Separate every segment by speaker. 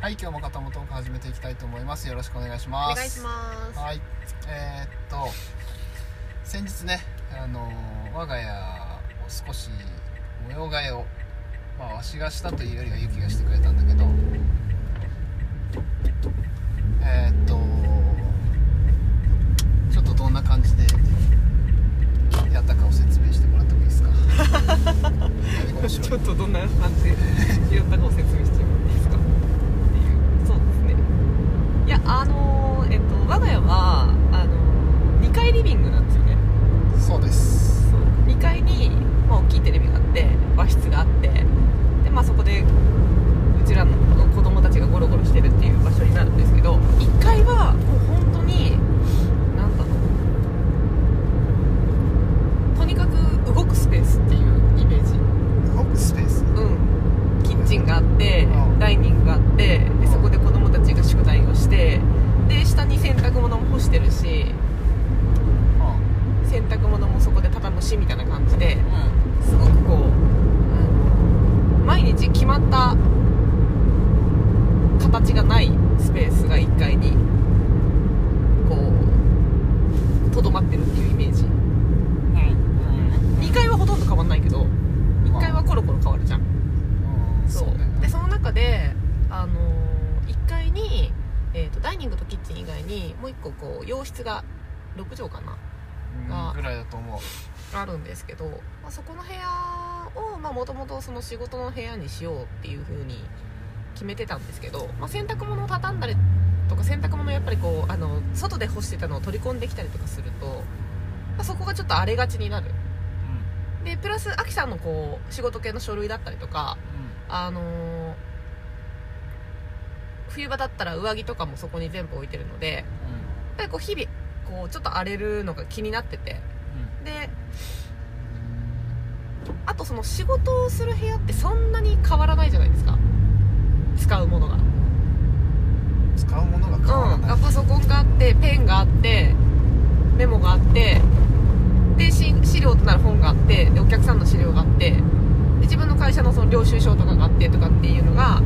Speaker 1: はい、今日も片本トーク始めていきたいと思います。よろしくお願いします。
Speaker 2: お願いします
Speaker 1: はい、えーっと先日ね、あの我が家を少し模様替えを、まあ、わしがしたというよりはゆきがしてくれたんだけど、えーっとちょっとどんな感じでやったかを説明してもらってもいいですか。何が面白い
Speaker 2: ちょっとどんな感じでやったかを説明してもいいですかっていうそうですねいやあのーえっと我が家はあのー、2階リビングなんですよね
Speaker 1: そうです。
Speaker 2: そう2階に、まあ、大きいテレビがあって和室があってで、まあ、そこでうちらの子供たちがゴロゴロしてるっていう場所になるんですけど1階はもう本当になんだろうとにかく動くスペースっていうイメージ
Speaker 1: 動くスペース。
Speaker 2: うん、キッチンがあって
Speaker 1: うん
Speaker 2: ダイニングがあって
Speaker 1: うん
Speaker 2: でそこで子供たちが宿題をしてで下に洗濯物も干してるし洗濯物もそこで畳むしみたいな感じで
Speaker 1: うん。
Speaker 2: すごくこう、うん毎日決まった形がないスペースが1階にこうとどまってるっていうイメージ2階はほとんど変わんないけど1階はコロコロ変わるじゃんそうでその中で、あのー、1階に、えー、とダイニングとキッチン以外にもう1個こう洋室が6畳かなが
Speaker 1: ぐらいだと思う
Speaker 2: あるんですけど、まあ、そこの部屋をもともと仕事の部屋にしようっていう風に決めてたんですけど、まあ、洗濯物を畳んだりとか洗濯物やっぱりこうあの外で干してたのを取り込んできたりとかすると、まあ、そこがちょっと荒れがちになるでプラスアキさんのこう仕事系の書類だったりとかあのー冬場だったら上着とかもそこに全部置いてるのでやっぱりこう日々こうちょっと荒れるのが気になっててであとその仕事をする部屋ってそんなに変わらないじゃないですか使うものが
Speaker 1: 使うものが変わら
Speaker 2: うん
Speaker 1: ない、
Speaker 2: パソコンがあってペンがあってメモがあってでし資料となる本があってでお客さんの資料があってで自分の会社のその領収書とかがあってとかっていうのが、あ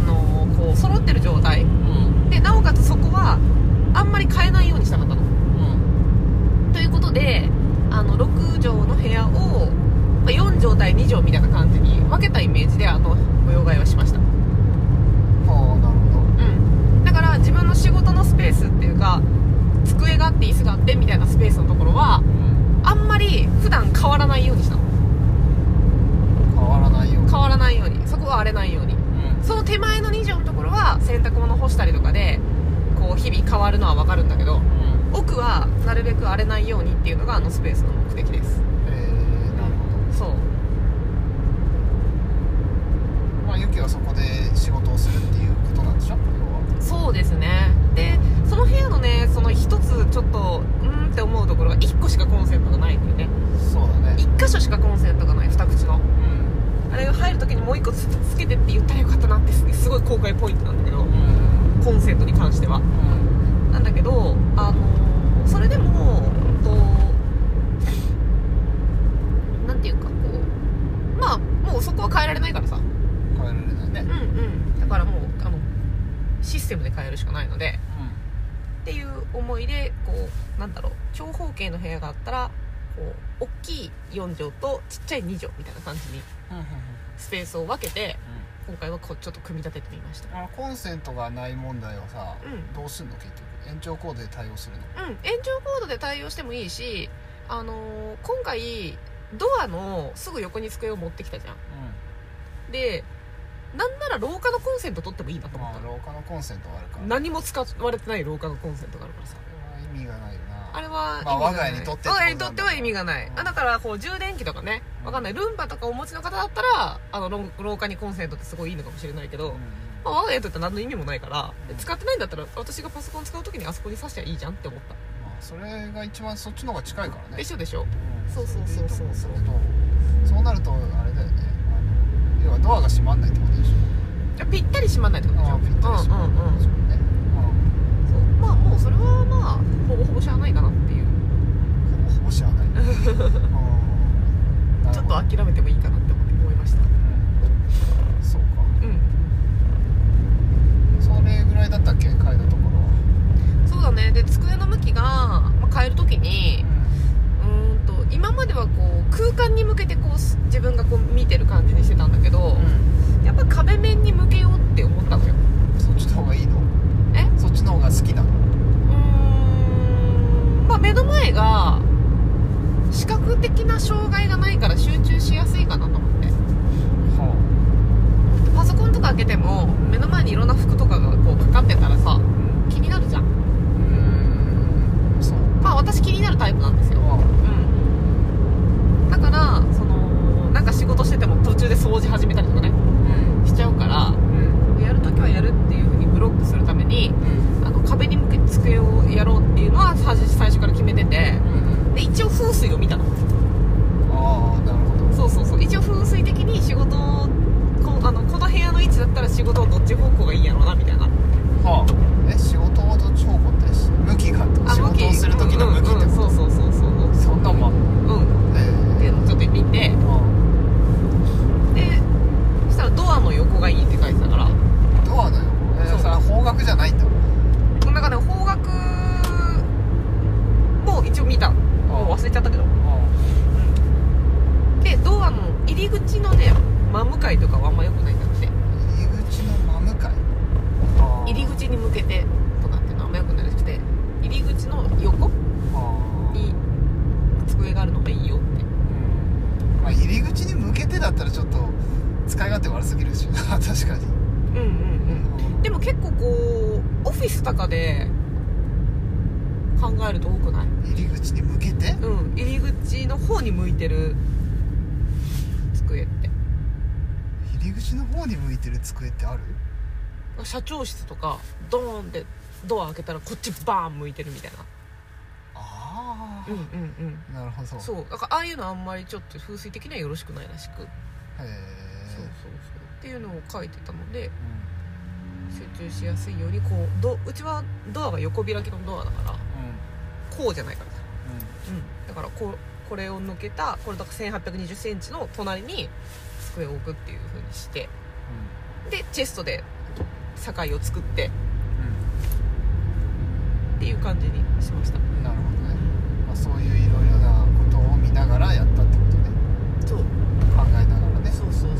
Speaker 2: のーこう揃ってる状態でなおかつそこはあんまり変えないようにしたかったのということであの6畳の部屋を、まあ、4畳対2畳みたいな感じに分けたイメージであの模様替えはしました
Speaker 1: はあなるほ
Speaker 2: うん、だから自分の仕事のスペースっていうか机があって椅子があってみたいなスペースのところはあんまり普段変わらないようにしたの
Speaker 1: ど変わらないよ
Speaker 2: 変わらないようにそこは荒れないようにその手前の2畳のところは洗濯物干したりとかでこう日々変わるのは分かるんだけど奥はなるべく荒れないようにっていうのがあのスペースの目的です
Speaker 1: えーなるほ
Speaker 2: そう
Speaker 1: どまあユキはそこで仕事をするっていうことなんでしょ要は
Speaker 2: そうですねでその部屋のねその一つちょっとうーんって思うところが1個しかコンセントがないんだよね
Speaker 1: そうだね
Speaker 2: 1箇所しかコンセントがない2口のあれが入る時にもう一個つつけてって言ったらよかったなってすすごい後悔ポイントなんだけどコンセントに関してはなんだけどあのーそれでもとなんていうかこうまあもうそこは変えられないからさ
Speaker 1: 変えられないね
Speaker 2: うんうんだからもうあのシステムで変えるしかないのでっていう思いでこうなんだろう長方形の部屋があったらこう大きい4畳とちっちゃい2畳みたいな感じにスペースを分けて今回はこうちょっと組み立ててみました
Speaker 1: あのコンセントがない問題はさ
Speaker 2: うん
Speaker 1: どうすんの結局延長コードで対応するの
Speaker 2: うん延長コードで対応してもいいし、あのー今回ドアのすぐ横に机を持ってきたじゃんでなんなら廊下のコンセント取ってもいいなと思っ
Speaker 1: まあ
Speaker 2: たの
Speaker 1: 廊下のコンセントはあるから
Speaker 2: 何も使われてない廊下のコンセントがあるからさ
Speaker 1: それは意味がないよな
Speaker 2: あれは意味
Speaker 1: まあ
Speaker 2: がない、
Speaker 1: 我が家にとって
Speaker 2: 我が家にとっては意味がない、
Speaker 1: うん
Speaker 2: あだからこう充電器とかねわかんないルンバとかお持ちの方だったらあの廊廊下にコンセントってすごいいいのかもしれないけど、
Speaker 1: うん
Speaker 2: まあ、我が家にとっては何の意味もないから、
Speaker 1: うん
Speaker 2: 使ってないんだったら私がパソコン使う時にあそこに挿しちゃいいじゃんって思った
Speaker 1: まあそれが一番そっちの方が近いからね
Speaker 2: でしょでしょそうそう
Speaker 1: で
Speaker 2: そうそうそう
Speaker 1: そうなるとあれだよねあの要はドアが閉まんないってことでしょ
Speaker 2: いやぴったり閉まんないってことでし
Speaker 1: あ
Speaker 2: ょ
Speaker 1: あぴったり閉まんない
Speaker 2: うんうんうんそう
Speaker 1: ね
Speaker 2: まあもうそれはまあほぼほぼしゃあないかなってい
Speaker 1: う
Speaker 2: う
Speaker 1: んほぼほぼ知らないうんなるほど
Speaker 2: ちょっと諦めてもいいかなって思いました
Speaker 1: うんそうか
Speaker 2: うんち方向がいいんやろうなみたいな
Speaker 1: はあえ仕事の情報ってし向きがってこと
Speaker 2: あ
Speaker 1: 仕
Speaker 2: 向き
Speaker 1: 事をする時の向きって
Speaker 2: うんうんうん
Speaker 1: こ
Speaker 2: そうそうそうそう
Speaker 1: とそんなもん
Speaker 2: うん
Speaker 1: え
Speaker 2: っていうのをちょっと見て
Speaker 1: えあ
Speaker 2: でそしたらドアの横がいいって書いてたから
Speaker 1: あドアの横え
Speaker 2: そう
Speaker 1: それは方角じゃないんだ
Speaker 2: なんかね方角も一応見たもう忘れちゃったけど
Speaker 1: あ
Speaker 2: でドアの入り口のね真向かいとかはあんま良くないんだっ
Speaker 1: あ
Speaker 2: て
Speaker 1: 入り口の真向かいああ
Speaker 2: 入り口に向けてとかっていうのはあんま良くないらしくて入り口の横
Speaker 1: ああ
Speaker 2: に机があるのがいいよって
Speaker 1: うんまあ入り口に向けてだったらちょっと使い勝手悪すぎるし な確かに
Speaker 2: うんうんうんでも結構こうオフィスとかで考えると多くない
Speaker 1: 入り口に向けて
Speaker 2: うん入り口の方に向いてる机って
Speaker 1: 入り口の方に向いてる机ってある
Speaker 2: 社長室とかドーンってドア開けたらこっちバーン向いてるみたいな
Speaker 1: あ
Speaker 2: うんうんうん
Speaker 1: あなるほど
Speaker 2: そうだからああいうのあんまりちょっと風水的にはよろしくないらしく、
Speaker 1: へえ
Speaker 2: そうそうそうっていうのを書いてたので
Speaker 1: う
Speaker 2: 集中しやすいようにこうどうちはドアが横開きのドアだから
Speaker 1: んうん
Speaker 2: こうじゃないからさ、
Speaker 1: うん
Speaker 2: うん、だからこうこれを抜けたこれだから1 8 2 0ンチの隣に机を置くっていう風にしてでチェストで境を作っ
Speaker 1: う
Speaker 2: てっていう感じにしました
Speaker 1: んなるほどね、まあ、そういういろいろなことを見ながらやったってことね
Speaker 2: そう
Speaker 1: 考えながらね、
Speaker 2: そうそうそうそう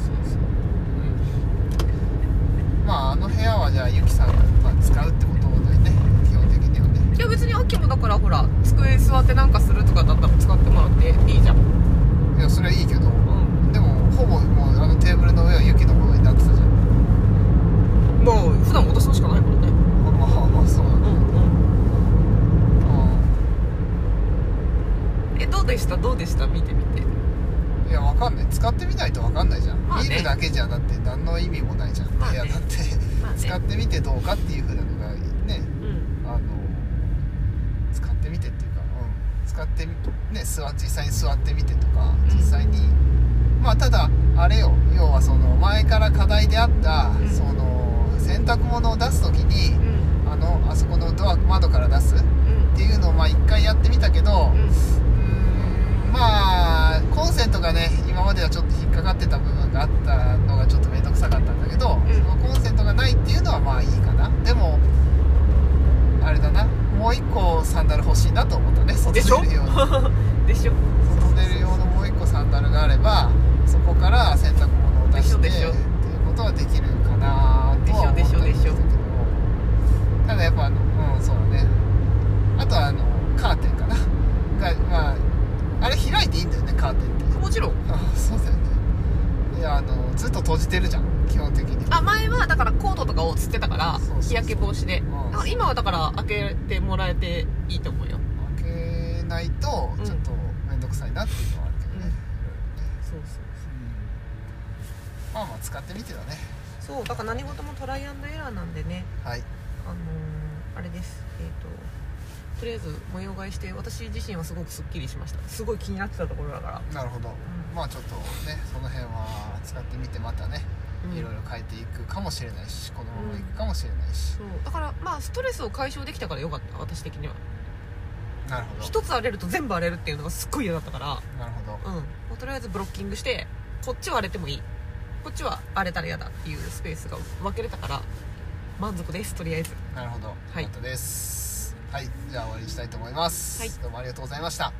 Speaker 1: まああの部屋はじゃあゆきさんが使うってことだよね基本的にはね
Speaker 2: いや別に秋もだからほら机座ってなんかするとかだったら使ってもらっていいじゃん
Speaker 1: いやそれはいいけど
Speaker 2: うん
Speaker 1: でもほぼもうあのテーブルの上はゆきのものになってたじゃ ん
Speaker 2: まあ普段私のしかないからね
Speaker 1: まあまあまあそうな
Speaker 2: う
Speaker 1: の
Speaker 2: ん
Speaker 1: あ
Speaker 2: うんえどうでしたどうでした見てみて
Speaker 1: ーいやわかんない使ってみないとわかんないじゃん、
Speaker 2: まあね
Speaker 1: 見るだけじゃだって何の意味もないじゃん、
Speaker 2: まあね
Speaker 1: 部屋だって
Speaker 2: まあ
Speaker 1: 使ってみてどうかっていうふうなのがね
Speaker 2: うん
Speaker 1: あの使ってみてっていうか、うん、使ってみね座実際に座ってみてとか
Speaker 2: ん
Speaker 1: 実際に、まあただあれよ要はその前から課題であった、
Speaker 2: うん
Speaker 1: その洗濯物を出す時に
Speaker 2: うん
Speaker 1: あのあそこのドア窓から出すっ
Speaker 2: うん
Speaker 1: ていうのをまあ一回やってみたけど、
Speaker 2: うん
Speaker 1: うんまあコンセントがね今まではちょっと引っかかってた部分があったのがちょっと面倒くさかったんだけど、
Speaker 2: ん
Speaker 1: そのコンセントがないっていうのはまあいいかなでもあれだなもう一個サンダル欲しいなと思ったね外
Speaker 2: でしょ
Speaker 1: 出る用の
Speaker 2: でしょ
Speaker 1: 外出る用のもう一個サンダルがあればそこから洗濯物を出して
Speaker 2: でしょでしょ
Speaker 1: っていうことはできるかなとは思ったり
Speaker 2: でしょでしょでしょ
Speaker 1: したけどただやっぱあのうんそうだねあとはあのカーテンかながまああれ開いていいんだよねカーテンって
Speaker 2: もちろん
Speaker 1: あそうだよねいやあのずっと閉じてるじゃん基本的に
Speaker 2: あ前はだからコートとかをつってたから
Speaker 1: そうそうそう
Speaker 2: 日焼け防止で
Speaker 1: うん
Speaker 2: あ今はだから開けてもらえていいと思うよ
Speaker 1: 開けないとちょっと面倒くさいなっていうのはあるけどね、
Speaker 2: そうそう
Speaker 1: まあまあ使ってみてだね
Speaker 2: そうそうだから何事もトライアンドエラーなんでね
Speaker 1: はい
Speaker 2: あのーあれですえっ、ととりあえず模様替えして私自身はすごくすっきりしましたすごい気になってたところだから
Speaker 1: なるほどまあちょっとねその辺は使ってみてまたね、いろいろ変えていくかもしれないしこのままいくかもしれないし
Speaker 2: そ、うだからまあストレスを解消できたからよかった私的には
Speaker 1: なるほど
Speaker 2: 一つ荒れると全部荒れるっていうのがすっごい嫌だったから
Speaker 1: なるほど
Speaker 2: うんもうとりあえずブロッキングしてこっちは荒れてもいいこっちは荒れたら嫌だっていうスペースが分けれたから満足ですとりあえず
Speaker 1: なるほど、
Speaker 2: はい
Speaker 1: よかったですはいじゃあ終わりにしたいと思います、
Speaker 2: はい
Speaker 1: どうもありがとうございました